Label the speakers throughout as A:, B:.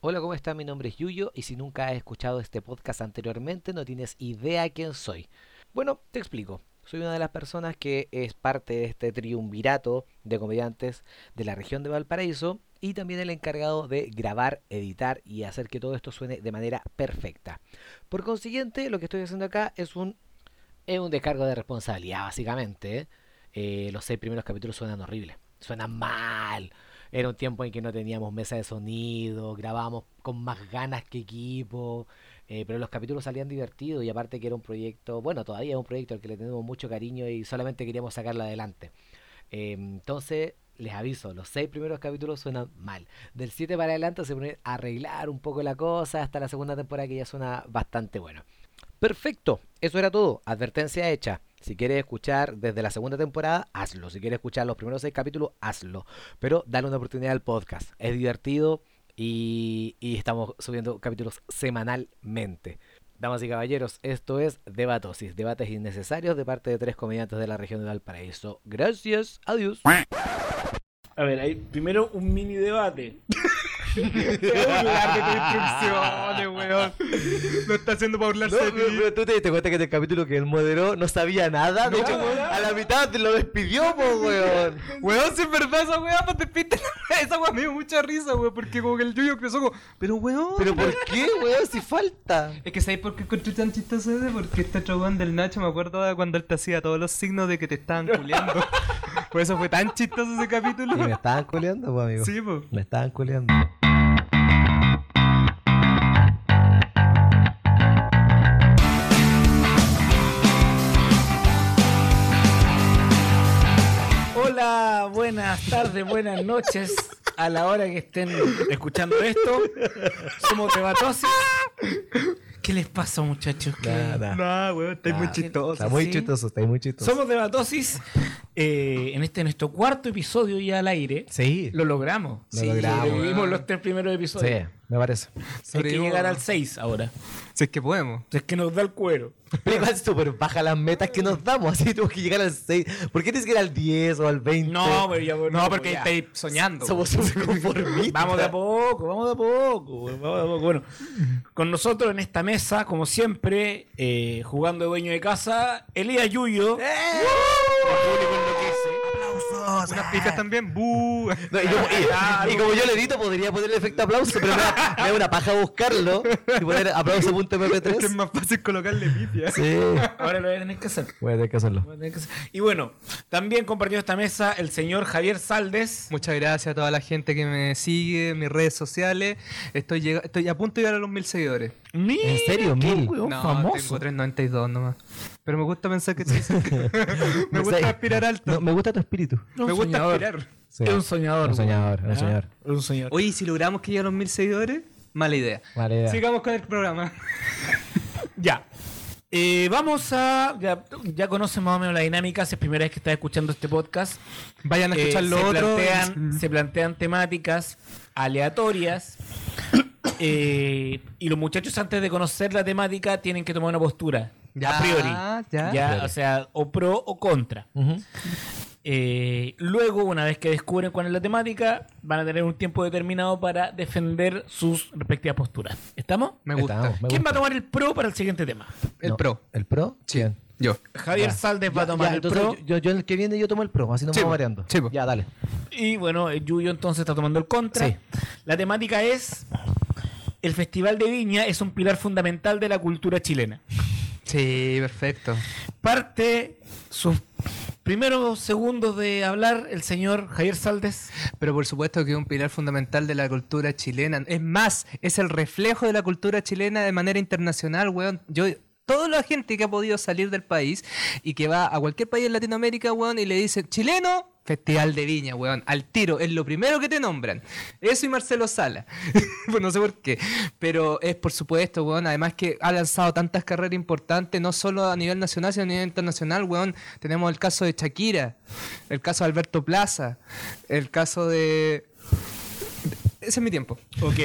A: Hola, ¿cómo está? Mi nombre es Yuyo y si nunca has escuchado este podcast anteriormente no tienes idea quién soy. Bueno, te explico. Soy una de las personas que es parte de este triunvirato de comediantes de la región de Valparaíso y también el encargado de grabar, editar y hacer que todo esto suene de manera perfecta. Por consiguiente, lo que estoy haciendo acá es un, es un descargo de responsabilidad, básicamente. ¿eh? Eh, los seis primeros capítulos suenan horribles, suenan mal. Era un tiempo en que no teníamos mesa de sonido, grabábamos con más ganas que equipo, eh, pero los capítulos salían divertidos y aparte que era un proyecto, bueno, todavía es un proyecto al que le tenemos mucho cariño y solamente queríamos sacarlo adelante. Eh, entonces, les aviso, los seis primeros capítulos suenan mal. Del 7 para adelante se pone a arreglar un poco la cosa hasta la segunda temporada que ya suena bastante bueno. Perfecto, eso era todo. Advertencia hecha. Si quieres escuchar desde la segunda temporada, hazlo. Si quieres escuchar los primeros seis capítulos, hazlo. Pero dale una oportunidad al podcast. Es divertido y, y estamos subiendo capítulos semanalmente. Damas y caballeros, esto es Debatosis, debates innecesarios de parte de tres comediantes de la región de Valparaíso. Gracias, adiós.
B: A ver, hay primero un mini debate.
C: Lo está haciendo para burlarse
A: No,
C: de ti.
A: pero, pero tú te diste cuenta que en el capítulo que él moderó no sabía nada. De
C: No,
A: hecho,
C: weón.
A: a la mitad te lo despidió, po, weón.
C: Weón, si es verdad esa weá, pues te piste la- Esa weá me dio mucha risa, weón, porque como que el Yuyo empezó como, pero weón.
A: Pero ¿por qué, weón? Si falta.
C: Es que ¿sabéis por qué encontré tan chistoso ese? Porque este otro weón del Nacho me acuerdo de cuando él te hacía todos los signos de que te estaban culeando. por eso fue tan chistoso ese capítulo.
A: Y me estaban coleando, po, amigo.
C: Sí, pues.
A: Me estaban coleando.
D: Hola, buenas tardes, buenas noches. A la hora que estén escuchando esto, somos debatosis. ¿Qué les pasa, muchachos? ¿Qué-
A: Nada.
C: No, weón, estáis muy
A: Ah,
C: chistosos.
A: Está muy
D: sí.
A: chistoso, está muy chistoso.
D: Somos debatosis. Eh, en este nuestro cuarto episodio ya al aire.
A: Sí,
D: Lo logramos.
A: Lo logramos.
D: Sobrevivimos los tres primeros
A: sí,
D: episodios.
A: me parece.
D: Hay que
C: Sobrevivimos.
D: llegar al seis ahora.
C: Si es que podemos.
D: Es que nos da el cuero.
A: Pero igual súper baja las metas que nos damos, así tenemos que llegar al 6. ¿Por qué tienes que ir al 10 o al 20?
D: No, pero ya,
C: No, porque
D: ya.
C: estáis soñando.
A: Somos súper conformistas.
D: Vamos de a poco, vamos de a poco, vamos de a poco. Bueno, con nosotros en esta mesa, como siempre, eh, jugando de dueño de casa, Elías Yuyo.
A: Eh.
D: ¿eh?
C: Unas picas también. bu.
A: No, y, yo- y- y como yo le edito, podría poner el efecto aplauso, pero me da, me da una paja buscarlo y poner
C: Es que es
A: aplauso.mp3.
C: más fácil colocarle pipia.
A: Sí,
D: Ahora lo voy a tener que hacer.
A: voy a tener que hacerlo.
D: voy a tener que hacer. Y bueno, también compartió esta mesa el señor Javier Saldes.
C: Muchas gracias a toda la gente que me sigue en mis redes sociales. Estoy, llega- estoy a punto de llegar a los mil seguidores.
D: Mira,
A: ¿En serio?
D: qué
A: Mil.
D: weón
C: no,
D: famoso.
C: tengo 392 nomás. Pero me gusta pensar que estoy cerca. me
A: Sí.
C: gusta aspirar alto.
A: No, me gusta tu espíritu.
D: Un
C: me gusta
D: soñador.
C: aspirar.
A: Sí.
D: Es un soñador.
A: Un soñador,
D: weón.
A: un soñador.
D: Ah, Un soñador.
C: Oye, ¿y si logramos que llegue a los mil seguidores, mala idea.
A: Mala idea.
C: Sigamos con el programa.
D: Ya. Eh, vamos a. Ya, ya conocen más o menos la dinámica. Si es primera vez que estás escuchando este podcast,
C: Vayan a
D: Eh,
C: escuchar lo
D: se
C: otro.
D: Plantean,
C: Mm.
D: se plantean temáticas aleatorias. eh, y los muchachos antes de conocer la temática tienen que tomar una postura.
C: Ya,
D: a priori.
A: Ah,
C: ya.
D: Ya, O sea, o pro o contra.
A: Ujú.
D: Eh, luego, una vez que descubren cuál es la temática, van a tener un tiempo determinado para defender sus respectivas posturas. ¿Estamos?
C: Me gusta.
A: Estamos, me
D: ¿Quién va a
A: gusta.
D: tomar el pro para el siguiente tema?
C: El
A: No,
C: pro.
A: ¿El pro? Sí.
C: Yo.
D: Javier
A: Ya.
D: Saldes va a
A: Ya,
D: tomar
A: ya,
D: el
A: entonces
D: pro.
A: Yo, yo el que viene yo tomo el pro, así no
C: Sí,
A: me
C: po.
A: voy mareando.
C: Sí, po.
A: ya, dale.
D: Y bueno, el Yuyo entonces está tomando el contra.
A: Sí.
D: La temática es: el Festival de Viña es un pilar fundamental de la cultura chilena.
C: Sí, perfecto.
D: Parte sus primeros segundos de hablar el señor Javier Saldes.
C: Pero por supuesto que es un pilar fundamental de la cultura chilena. Es más, es el reflejo de la cultura chilena de manera internacional, weón. Yo, toda la gente que ha podido salir del país y que va a cualquier país en Latinoamérica, weón, y le dicen, chileno, festival de viña, weón, al tiro, es lo primero que te nombran. Eso y Marcelo Sala. Pues no sé por qué. Pero es por supuesto, weón, además que ha lanzado tantas carreras importantes, no solo a nivel nacional, sino a nivel internacional, weón. Tenemos el caso de Shakira, el caso de Alberto Plaza, el caso de... Ese es mi tiempo.
D: Ok.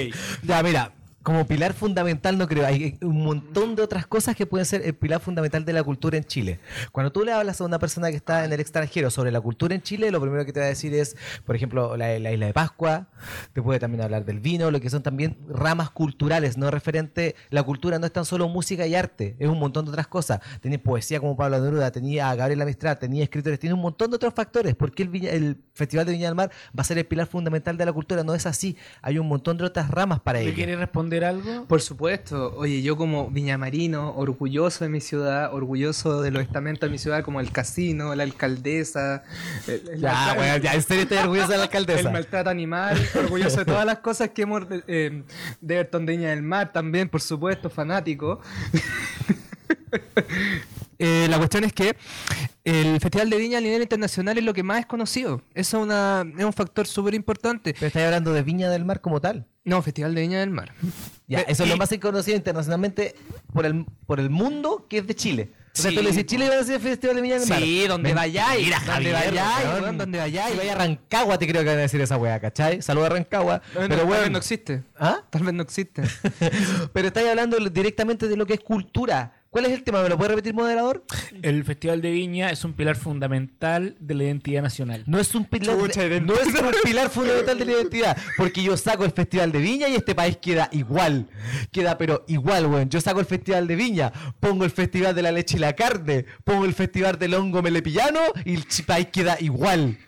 A: Ya, mira. como pilar fundamental no creo. Hay un montón de otras cosas que pueden ser el pilar fundamental de la cultura en Chile. Cuando tú le hablas a una persona que está en el extranjero sobre la cultura en Chile, lo primero que te va a decir es, por ejemplo, la, la isla de Pascua, te puede también hablar del vino, lo que son también ramas culturales, no referente, la cultura no es tan solo música y arte, es un montón de otras cosas. Tenía poesía como Pablo Neruda, tenía a Gabriela Mistral, tenía escritores, tiene un montón de otros factores. ¿Por qué el, Viña- el Festival de Viña del Mar va a ser el pilar fundamental de la cultura? No es así, hay un montón de otras ramas para
D: ¿Le
A: ello.
D: quiere responder algo?
C: Por supuesto, oye, yo como viñamarino, orgulloso de mi ciudad, orgulloso de los estamentos de mi ciudad, como el casino, la alcaldesa, el, el
A: Ya,
C: maltrato-
A: weón, ya, en serio estoy orgulloso de la
C: el
A: alcaldesa.
C: maltrato animal, orgulloso de todas las cosas que hemos eh, de Everton de Viña del Mar también, por supuesto, fanático. Eh, la cuestión es que el Festival de Viña a nivel internacional es lo que más es conocido. Eso es, una- es un factor súper importante.
A: Pero estáis hablando de Viña del Mar como tal.
C: No, Festival de Viña del Mar.
A: Ya, eso es lo más conocido internacionalmente por el, por el mundo que es de Chile. O sea,
C: Sí,
A: tú le decís
C: po.
A: Chile y van a decir Festival de Viña del Mar.
C: Sí, donde
A: Ven-
C: vayáis,
A: Mira,
C: donde
A: Javier,
C: vayáis,
A: weón.
C: weón, donde vayáis.
A: Si vaya a Rancagua, te creo que van a decir esa weá, ¿cachai? Saludos a Rancagua. pero
C: tal
A: bueno.
C: vez no existe.
A: ¿Ah?
C: Tal vez no existe.
A: pero estáis hablando directamente de lo que es cultura. ¿Cuál es el tema? ¿Me lo puede repetir, moderador?
D: El Festival de Viña es un pilar fundamental de la identidad nacional.
A: No es un pilar,
C: Chucha, identidad.
A: no es un pilar fundamental de la identidad. Porque yo saco el Festival de Viña y este país queda igual. Queda pero igual, weón. Yo saco el Festival de Viña, pongo el Festival de la Leche y la Carne, pongo el Festival del Hongo Melepillano y el chi- país queda igual.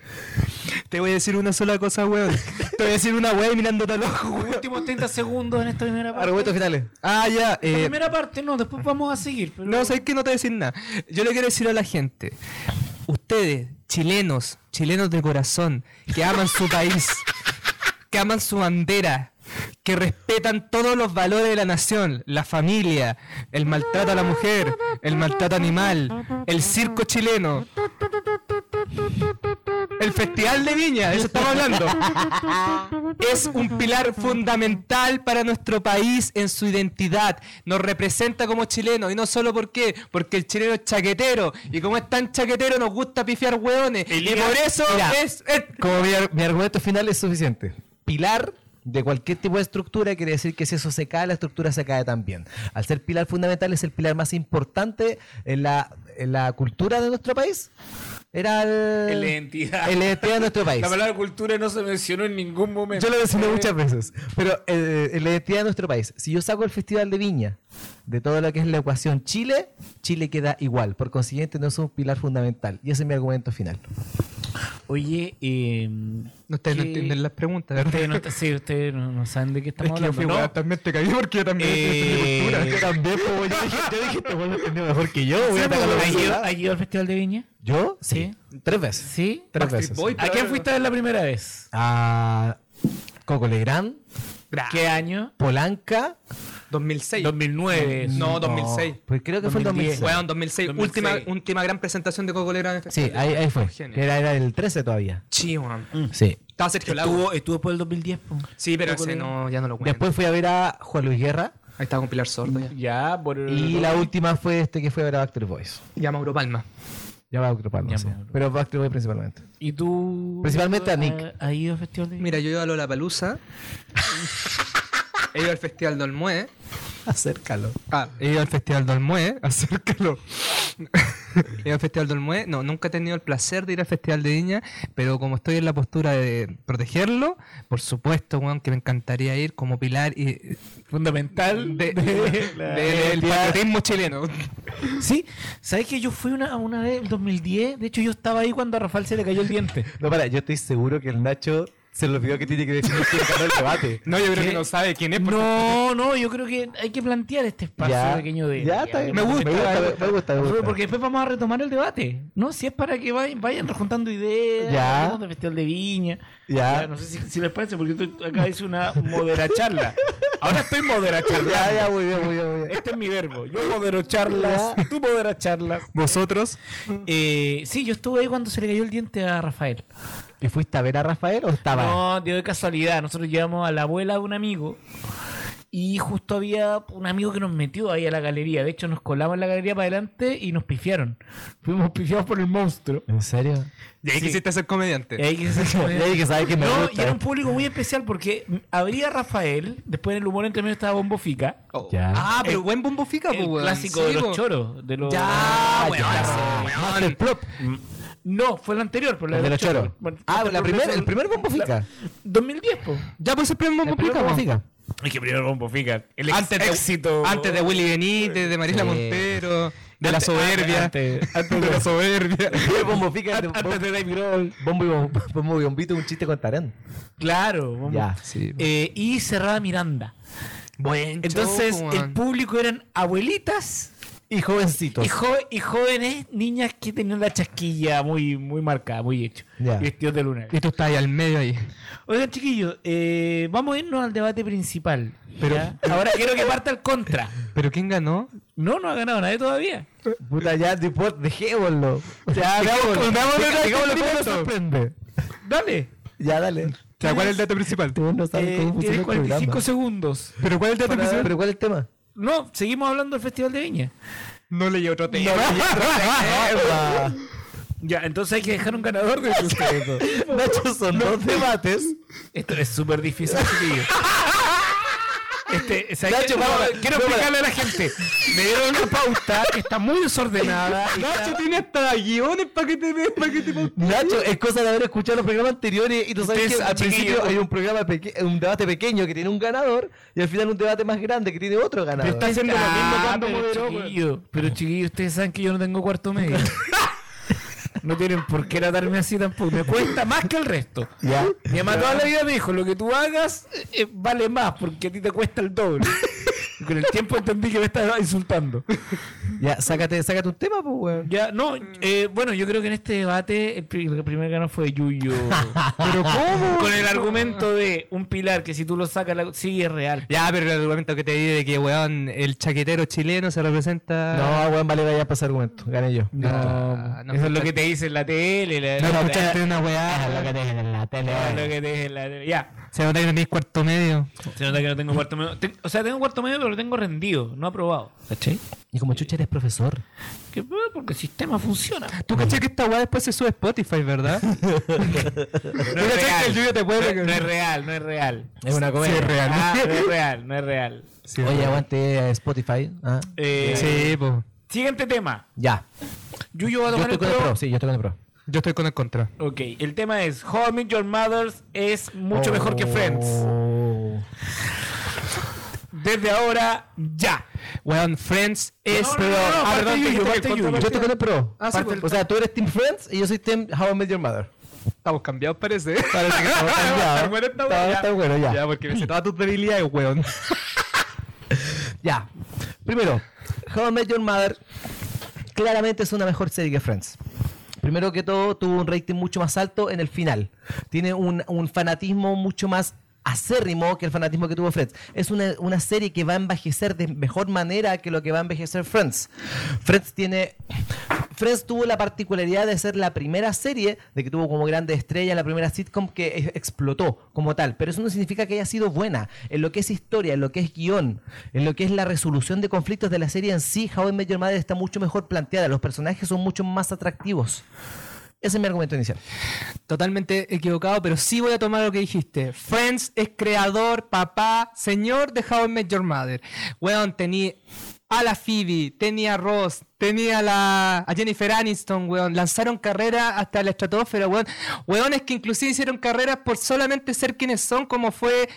C: Te voy a decir una sola cosa, weón. Te voy a decir una weón mirándote al ojo, weón.
D: Últimos 30 segundos en esta primera parte.
A: Argumentos finales.
C: Ah, ya.
D: La
C: Eh,
D: primera parte no, después vamos a seguir. pero-
C: no, sabes que no te voy a decir nada. Yo le quiero decir a la gente. Ustedes, chilenos, chilenos de corazón, que aman su país, que aman su bandera, que respetan todos los valores de la nación, la familia, el maltrato a la mujer, el maltrato animal, el circo chileno, el Festival de Viña, de eso estamos hablando. Es un pilar fundamental para nuestro país en su identidad. Nos representa como chilenos. Y no solo por qué, porque el chileno es chaquetero. Y como es tan chaquetero, nos gusta pifiar hueones. y por eso
A: Mira,
C: es, es-
A: Como mi, ar- mi argumento final es suficiente. Pilar de cualquier tipo de estructura quiere decir que si eso se cae, la estructura se cae también. Al ser pilar fundamental, es el pilar más importante en la, en la cultura de nuestro país. Era el,
B: En la identidad.
A: en la identidad de nuestro país.
B: La palabra cultura no se mencionó en ningún momento.
A: Yo lo mencioné
B: Eh,
A: muchas veces, pero eh, en la identidad de nuestro país. Si yo saco el Festival de Viña de todo lo que es la ecuación Chile, Chile queda igual. Por consiguiente, no es un pilar fundamental. Y ese es mi argumento final.
D: Oye, eh,
C: No, ustedes no
D: ¿qué-
C: entienden las preguntas, ¿verdad?
D: Ustedes no, sí, ustedes no, no saben de qué
C: Es
D: estamos
C: que yo fui
D: hablando. No,
C: weón, también te caí porque yo también
D: Eh,
C: entendí cultura.
A: Yo también, po, yo dije, yo dije, este weón lo entendió mejor que yo, voy a atacar la
D: ¿Has ido-
A: universidad.
D: has ido al Festival de Viña?
A: ¿Yo?
D: Sí.
A: Tres veces.
D: ¿Sí?
A: Tres veces.
C: Boy.
D: ¿A quién fuiste la primera vez?
A: A Coco Legrand,
D: ¿Qué año?
A: Polanca.
C: 2006.
D: 2009.
C: No, 2006.
A: No, pues creo que fue el 2006.
D: 2010.
C: Weón, 2006.
B: 2006.
C: Última, última gran presentación de Coco Legrand. en el
A: sí,
C: festival.
A: ahí, ahí fue.
C: Genio.
A: Que Era, era el 13 todavía.
C: Sí, weón.
D: Mm.
A: Sí.
C: Estaba Sergio Lago.
D: Estuvo, estuvo por el 2010. po.
C: Sí, pero
D: Coco
C: ese
D: Legrand.
C: no, ya no lo cuento.
A: Después fui a ver a Juan Luis Guerra.
C: Ahí estaba con Pilar Sordo. Ya,
B: Ya, por el-
D: Mm.
A: Y la última fue este que fue a ver a Backstreet Boys.
C: Ya Mauro Palma.
A: Ya va a ocupar, no
D: Ya,
A: sé.
D: bueno.
A: Pero Backstreet Boys principalmente.
D: ¿Y tú?
A: Principalmente a Nick.
D: ¿Has ido al Festival de Viña?
C: Mira, yo iba a Lollapalooza. he ido al Festival Dolmue.
A: Acércalo.
C: Ah, he ido al Festival Dolmue. Acércalo. he ido al Festival Dolmue. No, nunca he tenido el placer de ir al Festival de Viña. Pero como estoy en la postura de protegerlo, por supuesto, weón, que me encantaría ir como pilar y
D: Fundamental.
C: de-
D: la-
C: del patriotismo chileno.
D: Sí, ¿sabes que yo fui una, una vez en el 2010? De hecho, yo estaba ahí cuando a Rafael se le cayó el diente.
A: No, para, yo estoy seguro que el Nacho se le olvidó que tiene que decir que ganó el debate.
C: No, yo creo
D: ¿Qué?
C: que no sabe quién es. porque-
D: No, no, yo creo que hay que plantear este espacio pequeño de.
A: ya está bien.
C: me gusta,
A: me gusta, me gusta. me gusta.
D: Porque después vamos a retomar el debate, ¿no? Si es para que vayan, vayan juntando ideas,
A: Ya.
D: hablemos de Festival de Viña.
A: Ya.
D: Ya, no sé si, si les parece, porque estoy- acá hice una moderacharla. Ahora estoy moderacharla.
A: Ya, ya, muy bien, muy bien, muy bien.
D: Este es mi verbo. Yo modero charlas, tú moderas charlas.
C: ¿Vosotros?
D: Eh, sí, yo estuve ahí cuando se le cayó el diente a Rafael.
A: ¿Y
D: Ah,
A: fuiste a ver a Rafael o estaba?
D: No, dio de casualidad. Nosotros llevamos a la abuela de un amigo. Y justo había un amigo que nos metió ahí a la galería. De hecho, nos colamos en la galería para adelante y nos pifiaron. Fuimos pifiados por el monstruo.
A: ¿En serio?
C: Y ahí
D: Sí.
C: quisiste ser comediante.
D: Y ahí que se-
A: que saber que me
D: No, y
A: gusta. ¿eh?
D: era un público muy especial porque habría Rafael, después en el humor entre medio estaba Bombo Fica,
C: Oh.
A: Ya.
C: Ah, pero buen bombo fica, pues,
D: el
C: weón.
D: clásico
C: Sí,
D: de los
C: pues.
D: choros, de los
C: Ya,
A: Ah,
C: weón.
A: ya.
C: sí, weón.
A: Master Plop.
D: No, fue el anterior, por la
A: El de los choros.
D: Bueno,
A: Ah, la primera,
D: fue-
A: el primer bombo fica.
D: 2010, po.
C: Ya, pues el primer bombo
A: El primer
C: fica,
A: bombo
C: po.
A: fica.
B: Es que primero Bombo Fica. El ex-
C: Antes de,
B: éxito.
D: Ah,
C: antes de Willy Benítez, de Marila
A: Sí.
C: Montero, de la soberbia.
B: Antes- antes
C: De la soberbia.
A: bombo fica.
B: antes de Dave Grohl.
A: Bombo y bombo, bombo y bombito, un chiste con Tarán.
D: Claro, Bombo.
A: Ya.
C: Sí.
D: Eh, y cerrada Miranda.
C: Buen
D: Entonces,
C: show,
D: el
C: weón.
D: público eran abuelitas
A: Y jovencitos.
D: y, jo- y jóvenes niñas que tenían la chasquilla muy, muy marcada, muy hecho.
A: Ya.
D: Vestidos de luna.
C: Y tú estás ahí al medio ahí.
D: Oigan, chiquillos, eh, vamos a irnos al debate principal.
C: Pero-
D: ¿ya? Ahora quiero que parta el contra.
C: ¿Pero quién ganó?
D: No, no ha ganado nadie todavía.
A: Puta, ya, tipo, dejémoslo. Ya,
C: Digámoslo, digámoslo,
A: Digámoslo,
C: digámoslo,
A: ¿cómo nos sorprende?
D: Dale.
A: Ya, dale.
C: O sea, ¿Cuál es el dato principal?
A: Tú no sabes
D: Eh,
A: cómo funciona
D: tienes
A: el programa.
D: 45 segundos.
C: ¿Pero cuál es el dato
A: Para-
C: principal?
A: Pero ¿cuál es el tema?
D: No, seguimos hablando del Festival de Viña.
C: No leí otro tema.
D: Ya, entonces hay que dejar un ganador de
A: Nacho, son dos debates.
D: Esto es súper difícil, chiquillos. Este, o sea,
A: Nacho,
D: quiero-
A: vamos,
D: quiero
A: vamos.
D: explicarle a la gente. Me dieron una pauta que está muy desordenada. y está-
C: Nacho tiene hasta guiones para que te para que te
A: Nacho, es cosa de haber escuchado los programas anteriores y tú sabes
D: Ustedes,
A: que al
D: chiquillos,
A: principio hay un programa peque- un debate pequeño que tiene un ganador y al final un debate más grande que tiene otro ganador.
D: Pero está haciendo lo mismo cuando moderó.
B: weón.
D: Chiquillo, pero chiquillo, ustedes saben que yo no tengo cuarto medio. No tienen por qué tratarme así tampoco. Me cuesta más que el resto.
A: Ya.
D: Mi mamá toda la vida me dijo, lo que tú hagas eh, eh, vale más porque a ti te cuesta el doble. Y con el tiempo entendí que me estaba insultando.
A: Ya, sácate, sácate un tema, pues, weón.
D: Ya, no, eh, bueno, yo creo que en este debate el, pri- el primer ganó fue Yuyo.
C: Pero cómo?
D: Con el argumento de un pilar que si tú lo sacas, la- sí es real.
C: Ya, pero el argumento que te di de que weón el chaquetero chileno se representa
A: No, weón, vale, vaya a pasar argumento. Gané yo.
D: No,
C: no
D: eso es lo
C: escuchaste.
D: que te dice en la tele. la-
C: No,
D: la-
C: escuchaste una weá.
D: lo que te dije en la tele. Ya.
C: Se nota que no tenés cuarto medio.
D: Se nota que no tengo cuarto medio. Ten- o sea, tengo cuarto medio, pero lo tengo rendido, no aprobado.
A: ¿Cachai? Y como chucha eres profesor.
D: Que, eh, porque el sistema funciona.
C: Tú caché que esta weá después se sube a Spotify, ¿verdad?
D: No
C: Tú cachai que el Yuyo te puede
D: no, no es real, no es real.
A: Es una comedia.
C: Sí, es real.
D: Ah, no es real, no es real.
C: Sí,
A: Oye,
C: weón.
A: aguante a Spotify. Ah.
D: Eh,
C: Sí, po.
D: Siguiente tema.
A: Ya.
D: Yuyo va
A: Yo
D: a tomar
A: estoy con
D: el
A: el
D: pro.
A: pro. Sí, yo estoy con el pro.
C: Yo estoy con el contra.
D: Ok, el tema es How I Met Your Mothers es mucho mejor que Friends.
A: Oh.
D: Desde ahora, ya.
C: Weón, Friends es.
D: no,
C: pero-
D: no, no,
C: ah,
D: parte
C: perdón,
D: Yuyu,
C: dijiste que
D: parte
C: el
D: Yuyu.
C: contra-
A: Yo estoy con el pro.
C: Ah, sí, pues.
A: o sea, tú eres Team Friends y yo soy Team How I Met Your Mother.
C: Estamos cambiados, parece.
A: Parece que estamos cambiados.
C: Está bueno esta weá,
A: Está-
C: ya.
A: está bueno, ya.
C: Ya, porque me sé todas tus debilidades, weón.
A: Ya. Primero, How I Met Your Mother claramente es una mejor serie que Friends. Primero que todo, tuvo un rating mucho más alto en el final. Tiene un, un fanatismo mucho más acérrimo que el fanatismo que tuvo Friends. Es una, una serie que va a envejecer de mejor manera que lo que va a envejecer Friends. Friends tiene... Friends tuvo la particularidad de ser la primera serie, de que tuvo como grande estrella la primera sitcom que e- explotó como tal, pero eso no significa que haya sido buena. En lo que es historia, en lo que es guión, en lo que es la resolución de conflictos de la serie en sí, How I Met Your Mother está mucho mejor planteada, los personajes son mucho más atractivos. Ese es mi argumento inicial.
C: Totalmente equivocado, pero sí voy a tomar lo que dijiste. Friends es creador, papá, señor de How I Met Your Mother. Weón, tenía a la Phoebe, tenía a Ross, tenía a, la, a Jennifer Aniston, weón. Lanzaron carrera hasta la estratosfera, weón. Weones que inclusive hicieron carreras por solamente ser quienes son, como fue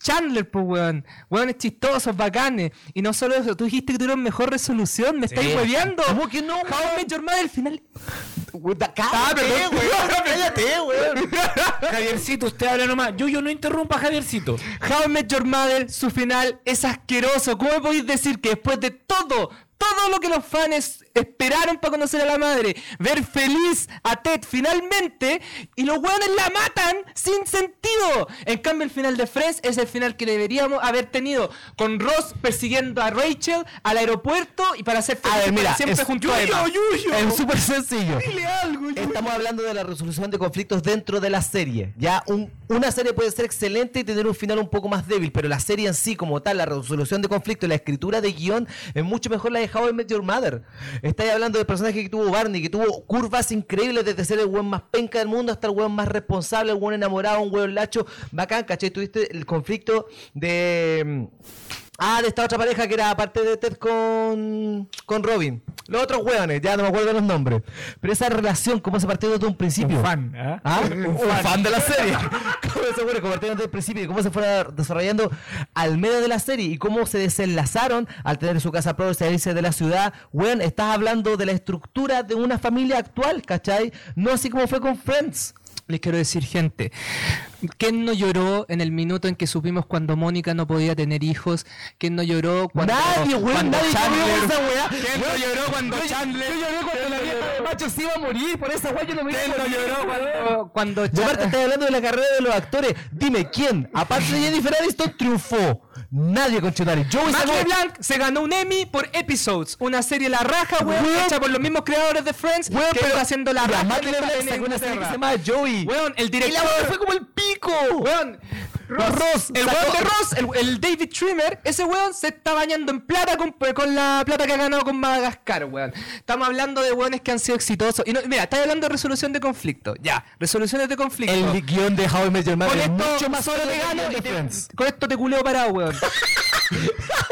C: Chandler, pues, weón. Weones chistosos, bacanes. Y no solo eso, tú dijiste que tuvieron mejor resolución, me estáis hueveando.
A: ¿Cómo que no,
C: How I Met Your Mother, el final.
A: Ah,
D: Ah,
A: ¡Cállate, weón! ¡Cállate, weón!
D: Javiercito, usted habla nomás. Yuyo, no interrumpa, Javiercito.
C: How I Met Your Mother, su final es asqueroso. ¿Cómo me podéis decir que después de todo, todo lo que los fans esperaron para conocer a la madre. Ver feliz a Ted finalmente. Y los hueones la matan sin sentido. En cambio, el final de Friends es el final que deberíamos haber tenido. Con Ross persiguiendo a Rachel al aeropuerto y para hacer feliz
A: A ver, mira,
C: siempre
A: es-
C: junto a
A: Yuyo,
C: Emma.
A: Es súper sencillo.
C: Dile algo, Yuyo.
A: Estamos hablando de la resolución de conflictos dentro de la serie. Ya un- una serie puede ser excelente y tener un final un poco más débil, pero la serie en sí como tal, la resolución de conflictos, la escritura de guión es mucho mejor la de How I Met Your Mother. Estáis hablando del personaje que tuvo Barney, que tuvo curvas increíbles desde ser el buen más penca del mundo hasta el buen más responsable, el buen enamorado, un buen lacho, bacán, ¿cachai? Tuviste el conflicto de... Ah, de esta otra pareja que era aparte de Ted con, con Robin. Los otros hueones, ya no me acuerdo los nombres. Pero esa relación, cómo se partió desde un principio.
D: Un fan, ¿ah?
A: ¿Ah? Un, fan. de la serie. cómo se fueron convirtiendo desde el principio y cómo se fueron desarrollando al medio de la serie y cómo se desenlazaron al tener su casa propia, salirse de la ciudad. Weón, estás hablando de la estructura de una familia actual, ¿cachai? No así como fue con Friends.
C: Les quiero decir, gente, ¿quién no lloró en el minuto en que supimos cuando Mónica no podía tener hijos? ¿Quién no lloró cuando
A: nadie, weón,
C: cuando
A: nadie
C: Chandler-
A: lloró por esa weá.
C: ¿Quién no
A: Weón,
C: lloró cuando
A: yo-
C: Chandler?
A: Yo lloré cuando la vieja de Macho se iba a morir, por esa weá yo no me iba a
C: ¿Quién no
A: morir,
C: lloró
A: weón.
C: cuando, cuando
A: Y
C: Chandler-
A: aparte estás hablando de la carrera de los actores. Dime, ¿quién? Aparte de Jennifer Aniston, triunfó. Nadie con Chitari. Joey
C: Matt
A: Samuel-
C: LeBlanc se ganó un Emmy por Episodes, una serie La Raja, weón,
A: Weón.
C: hecha por los mismos creadores de Friends,
A: Weón,
C: que
A: pero-
C: está haciendo La
A: Ya,
C: Raja.
A: Matt
C: que
A: LeBlanc
C: está en
A: sacó una serie que se
C: Inglaterra.
A: llama Joey.
C: Weón, el
A: y la weá fue
C: director...
A: como el pico.
C: Weón,
A: Los Ross.
C: El
A: sacó-
C: weón de Ross, el, el David Trimmer, ese weón se está bañando en plata con, con la plata que ha ganado con Madagascar, weón. Estamos hablando de weones que han sido exitosos. Y no- mira, estás hablando de resolución de conflicto. Ya, resoluciones de conflicto.
A: El guión de How I Met Your Mother
C: con
A: es
C: esto
A: mucho más
C: solo
A: serio
C: te
A: que el
C: gano
A: guión de
C: y te-
A: Friends.
C: con esto te culeo parado, weón.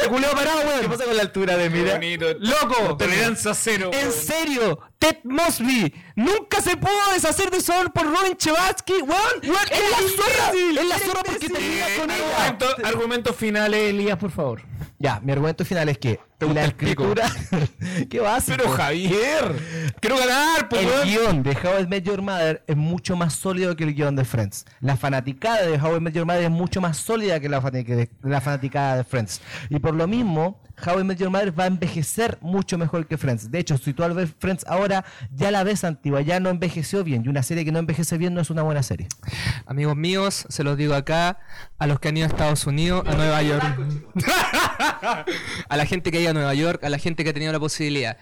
C: te culeo parado,
A: ¿Qué
C: weón.
A: pasa con la altura de mira?
C: Loco.
B: Tolerancia cero. Eh,
C: En
B: weón.
C: serio, Ted Mosby nunca se pudo deshacer de su amor por Robin Chevatsky, weón.
A: es la zorra, es la zorra porque
C: te
A: termina con ella.
B: Argumento- argumentos finales, Elías, por favor.
A: Ya, mi argumento final es que la escritura... ¿Qué vas
B: Javier, quiero ganar, pues,
A: El
B: weón.
A: guión de How I Met Your Mother es mucho más sólido que el guión de Friends. La fanaticada de How I Met Your Mother es mucho más sólida que la, fani- que de- la fanaticada de Friends. Y por lo mismo, How I Met Your Mother va a envejecer mucho mejor que Friends. De hecho, si tú al ver Friends ahora, ya la ves antigua, ya no envejeció bien. Y una serie que no envejece bien no es una buena serie.
C: Amigos míos, se los digo acá, a los que han ido a Estados Unidos, a Nueva York, a la gente que ha ido a Nueva York, a la gente que ha tenido la posibilidad.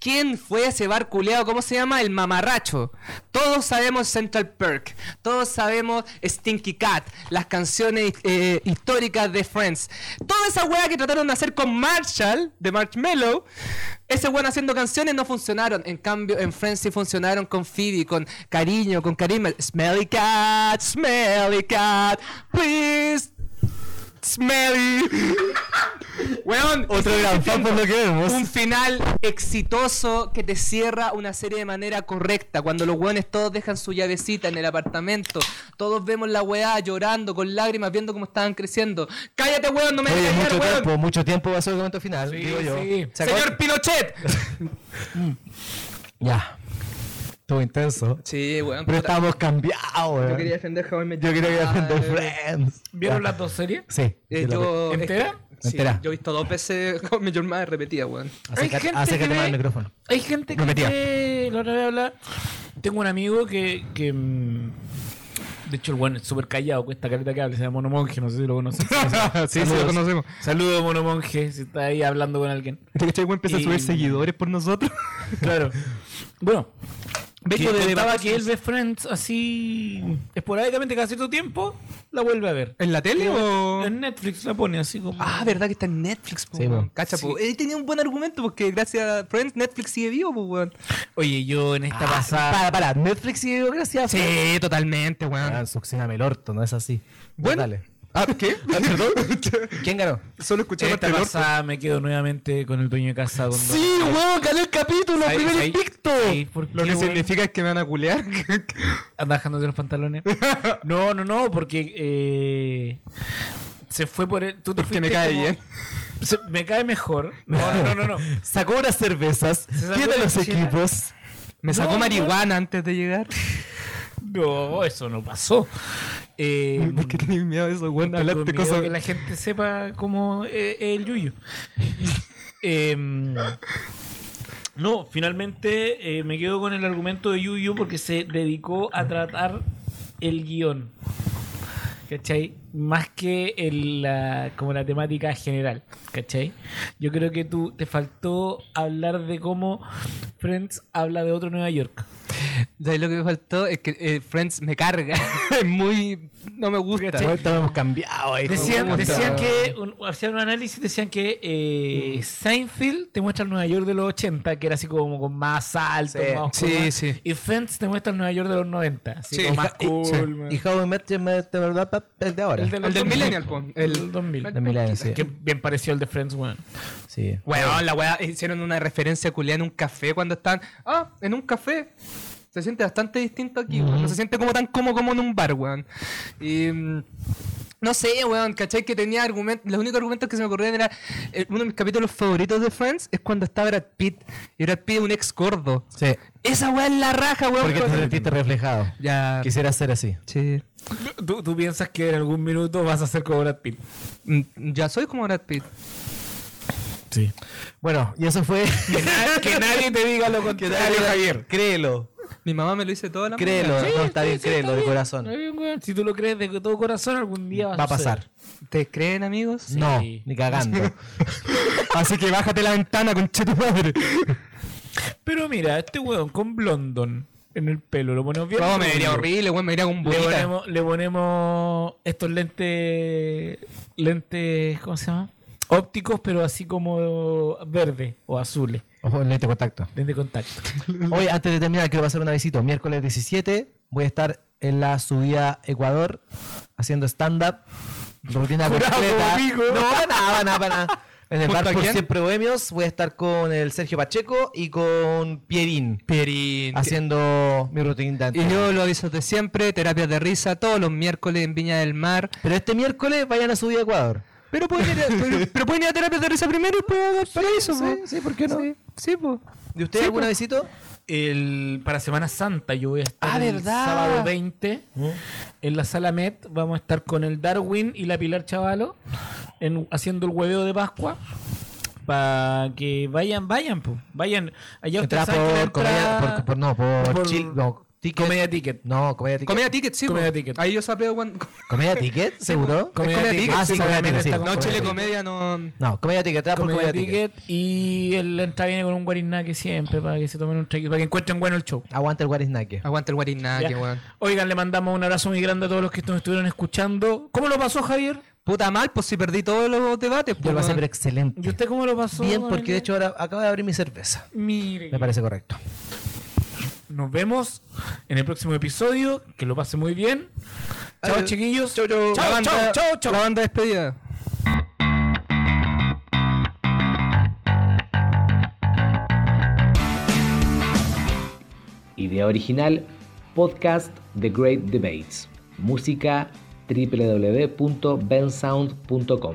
C: ¿Quién fue ese bar culeado? ¿Cómo se llama? El mamarracho. Todos sabemos Central Perk, todos sabemos Stinky Cat, las canciones eh, históricas de Friends. Toda esa weá que trataron de hacer con Marshall, de Marshmallow, ese weón haciendo canciones no funcionaron. En cambio, en Friends sí funcionaron con Phoebe, con cariño, con carisma. Smelly cat, smelly cat, please. Smelly. Weón, estoy diciendo,
A: lo que vemos.
C: Un final exitoso que te cierra una serie de manera correcta. Cuando los weones todos dejan su llavecita en el apartamento. Todos vemos la weá llorando con lágrimas, viendo cómo estaban creciendo. Cállate, weón, no me
A: Oye,
C: dejes callar,
A: mucho
C: weón.
A: tiempo, mucho tiempo va a ser el argumento final, digo yo.
B: sí.
A: Se acabó-
C: Señor Pinochet.
A: Ya. Estuvo intenso.
C: Sí, weón.
A: Pero
C: puta.
A: estábamos cambiados, weón.
C: Yo quería Ah, defender How I Met
A: Yo
C: Your
A: quería
C: Mother.
A: defender Friends.
B: ¿Vieron
A: Ya.
B: las dos series?
A: Sí.
C: Eh,
A: sí la vi.
C: yo,
B: ¿Entera?
C: Sí,
A: Entera.
C: yo he visto dos veces How I Met Your Mother repetida, weón.
A: Acércate,
B: gente
A: acércate
B: que
A: más
B: ve-
A: al micrófono.
B: Hay gente que
A: Repetía.
B: ve- la otra vez hablaba- Tengo un amigo que, que, mm, de hecho el bueno es súper callado, cuesta carita que hable, se llama Mono Monje, no sé si lo conoces.
C: sí,
B: Saludos.
C: conocemos.
B: Saludo Mono Monje, si está ahí hablando con alguien.
C: Este weón empieza
B: a subir seguidores
C: por nosotros.
B: Claro. Bueno,
C: Bello
B: que
C: de
B: contaba
C: vacaciones.
B: que él ve Friends así esporádicamente cada cierto tiempo, la vuelve a ver.
C: ¿En la tele o...?
B: En Netflix la pone así como...
C: Ah, verdad que está en Netflix, po,
A: Sí,
C: weón.
A: weón.
C: Cacha, po. Él tenía un buen argumento porque gracias a Friends Netflix sigue vivo, po, weón.
B: Oye, yo en
A: Ah,
B: esta pasada...
A: Para, para. Netflix y Biografía.
C: Sí, totalmente, weón.
A: Ah, succioname el orto, no es así.
C: Bueno.
A: Dale.
C: Ah, ¿qué?
A: ¿Quién ganó?
C: Solo
B: En
C: escuché
B: esta pasada me quedo nuevamente con el dueño de casa. Con dos-
A: Sí, weón, ganó el capítulo,
B: Ahí,
A: primer
B: ahí,
A: invicto.
B: ahí, ¿por
C: Lo
B: qué,
C: que
B: weón?
C: significa es que me van a culear.
B: Andas bajándote los pantalones. No, no, no, porque eh, se fue por él. Tú te
C: Porque me
B: fuiste
C: cae
B: como-
C: bien.
B: se- me cae mejor. No, no, no, no. no.
A: Sacó unas cervezas,
B: sacó
A: tiene
B: la
A: los
B: chela.
A: equipos.
C: Me sacó
B: No,
C: marihuana antes de llegar.
B: No, eso no pasó. Eh,
C: ¿Por qué tenés
A: este
C: miedo de eso, weón?
B: porque
C: Hablaste
B: con miedo
C: cosas...
B: que la gente sepa cómo es el yuyo.
D: eh, Em, no, finalmente eh, me quedo con el argumento de Yu-Yu porque se dedicó a tratar el guión. ¿Cachai? Más que el, la- como la temática general. ¿Cachai? Yo creo que tú te faltó hablar de cómo Friends habla de otro Nueva York.
C: De ahí lo que me faltó es que eh, Friends me carga. Es muy. No me gusta.
A: Ahorita lo hemos cambiado. ahí.
D: Decían,
A: Hemos
D: decían
A: cambiado.
D: que, un- hacían un análisis, decían que eh, Seinfeld te muestra el Nueva York de los 80, que era así como con más alto,
E: Sí,
D: más oscuro,
C: Sí,
D: más-
C: sí.
D: Y Friends te muestra el Nueva York de los 90, así
C: Sí,
D: como más
C: y-
D: cool,
C: sí.
D: más-
A: Y How I Met Your Mother, de verdad, pa- el de ahora.
D: El de los
C: El del
D: 2000.
C: Millennial, po.
D: El
C: El-
D: 2000.
A: De Milán, sí.
D: Que bien pareció el de Friends, weón.
A: Sí.
C: Bueno, la weá hicieron una referencia culiada en un café cuando están. Ah, en un café. Se siente bastante distinto aquí, weón. No se siente como tan cómodo como en un bar, weón. Y. mm, No sé, weón, ¿cachai? Que tenía argumentos. Los únicos argumentos que se me ocurrían era. eh, Uno de mis capítulos favoritos de Friends es cuando está Brad Pitt. Y Brad Pitt es un ex gordo.
A: Sí.
C: Esa weá es la raja, weón.
A: Porque te
C: con-
A: sentiste reflejado.
D: Ah.
C: Ya.
A: Quisiera ser así.
C: Sí.
D: ¿Tú, tú piensas que en algún minuto vas a ser como Brad Pitt.
C: Mm, Ya soy como Brad Pitt.
D: Sí.
A: Bueno, y eso fue.
D: Que, na- que nadie te diga lo contrario, Javier.
A: Créelo.
C: Mi mamá me lo hizo toda la
A: Créelo. no, está bien, créelo, de corazón.
D: Está bien, weón. Si tú lo crees de todo corazón, algún día
A: Va a pasar.
C: mañana. ¿Te creen, amigos?
A: No, ni cagando. Así que bájate la ventana, conche tu madre.
D: Pero mira, este weón con blondon en el pelo, lo ponemos bien.
C: Vamos, me vería
D: rubio.
C: horrible, weón. Me vería con
D: Le
C: bonita.
D: ponemos, le ponemos estos lentes, lentes, ¿cómo se llama? Ópticos, pero así como verde o azules,
A: Ojo, lente contacto.
D: lentes de contacto.
A: Hoy, antes de terminar, quiero pasar una visita. Miércoles 17 voy a estar en la subida a Ecuador haciendo stand-up. Rutina completa. No, para nada, para nada, para nada. En el
C: ¿Junto
A: bar
C: a
A: por
C: quién?
A: siempre bohemios voy a estar con el Sergio Pacheco y con Pierín
C: Perín.
A: haciendo mi rutina.
C: Y yo lo aviso de siempre, terapias de risa todos los miércoles en Viña del Mar.
A: Pero este miércoles vayan a subir a Ecuador.
C: Pero pueden ir a, pero, pero pueden ir a terapias de risa primero y pueden dar paraíso, po.
A: sí, ¿por qué no?
C: Sí, sí, po.
A: ¿Y usted
C: Sí,
A: alguna
C: po.
A: visita?
D: El, para Semana Santa yo voy a estar
C: Ah,
D: el
C: ¿verdad?
D: sábado 20 en la sala Met. Vamos a estar con el Darwin y la Pilar Chavalo en- haciendo el hueveo de Pascua. Para que vayan, vayan, po. vayan. Allá ustedes
A: Entrada
D: saben que la
A: por comedia,
D: entrada-
A: por, por- no, por,
D: por-
A: chil- no, ticket.
D: Comedia Ticket.
A: No, comedia ticket.
C: Comida ticket, sí, po.
D: Comedia ticket.
C: Ahí yo sapeo cuando...
A: ¿Comedia ticket? ¿Seguro?
D: Comedia
C: es comedia
D: Ticket.
C: ticket,
A: Ah, sí,
C: sí,
A: comedia
D: obviamente
A: ticket, sí.
D: está con
C: No,
A: comedia
C: Chile
A: ticket.
C: Comedia no...
A: No, comedia ticket, atrás por
D: Comedia
A: comedia ticket.
D: ticket, y el entra viene con un guarinaque siempre para que se tomen un traguito, para que encuentren bueno el show.
A: Aguanta el guarisnaque.
C: Aguanta el
A: Ah,
C: guarinaque,
D: Ya.
C: weón.
D: Oigan, le mandamos un abrazo muy grande a todos los que nos estuvieron escuchando. ¿Cómo lo pasó, Javier?
C: Puta mal, pues si perdí todos los debates,
A: Yo
C: pues.
A: lo pasé pero
C: weón.
A: excelente.
D: ¿Y usted cómo lo pasó?
A: Bien, porque de
D: Cornelia?
A: hecho ahora acabo de abrir mi cerveza.
D: Mire.
A: Me parece correcto.
D: Nos vemos en el próximo episodio. Que lo pase muy bien. Chao,
A: Adiós.
D: chiquillos.
A: Chau, chau.
C: La
D: Chao,
C: banda-
D: chao, chao, chao.
C: La banda despedida.
E: Idea original, podcast The Great Debates. Música www.bensound.com.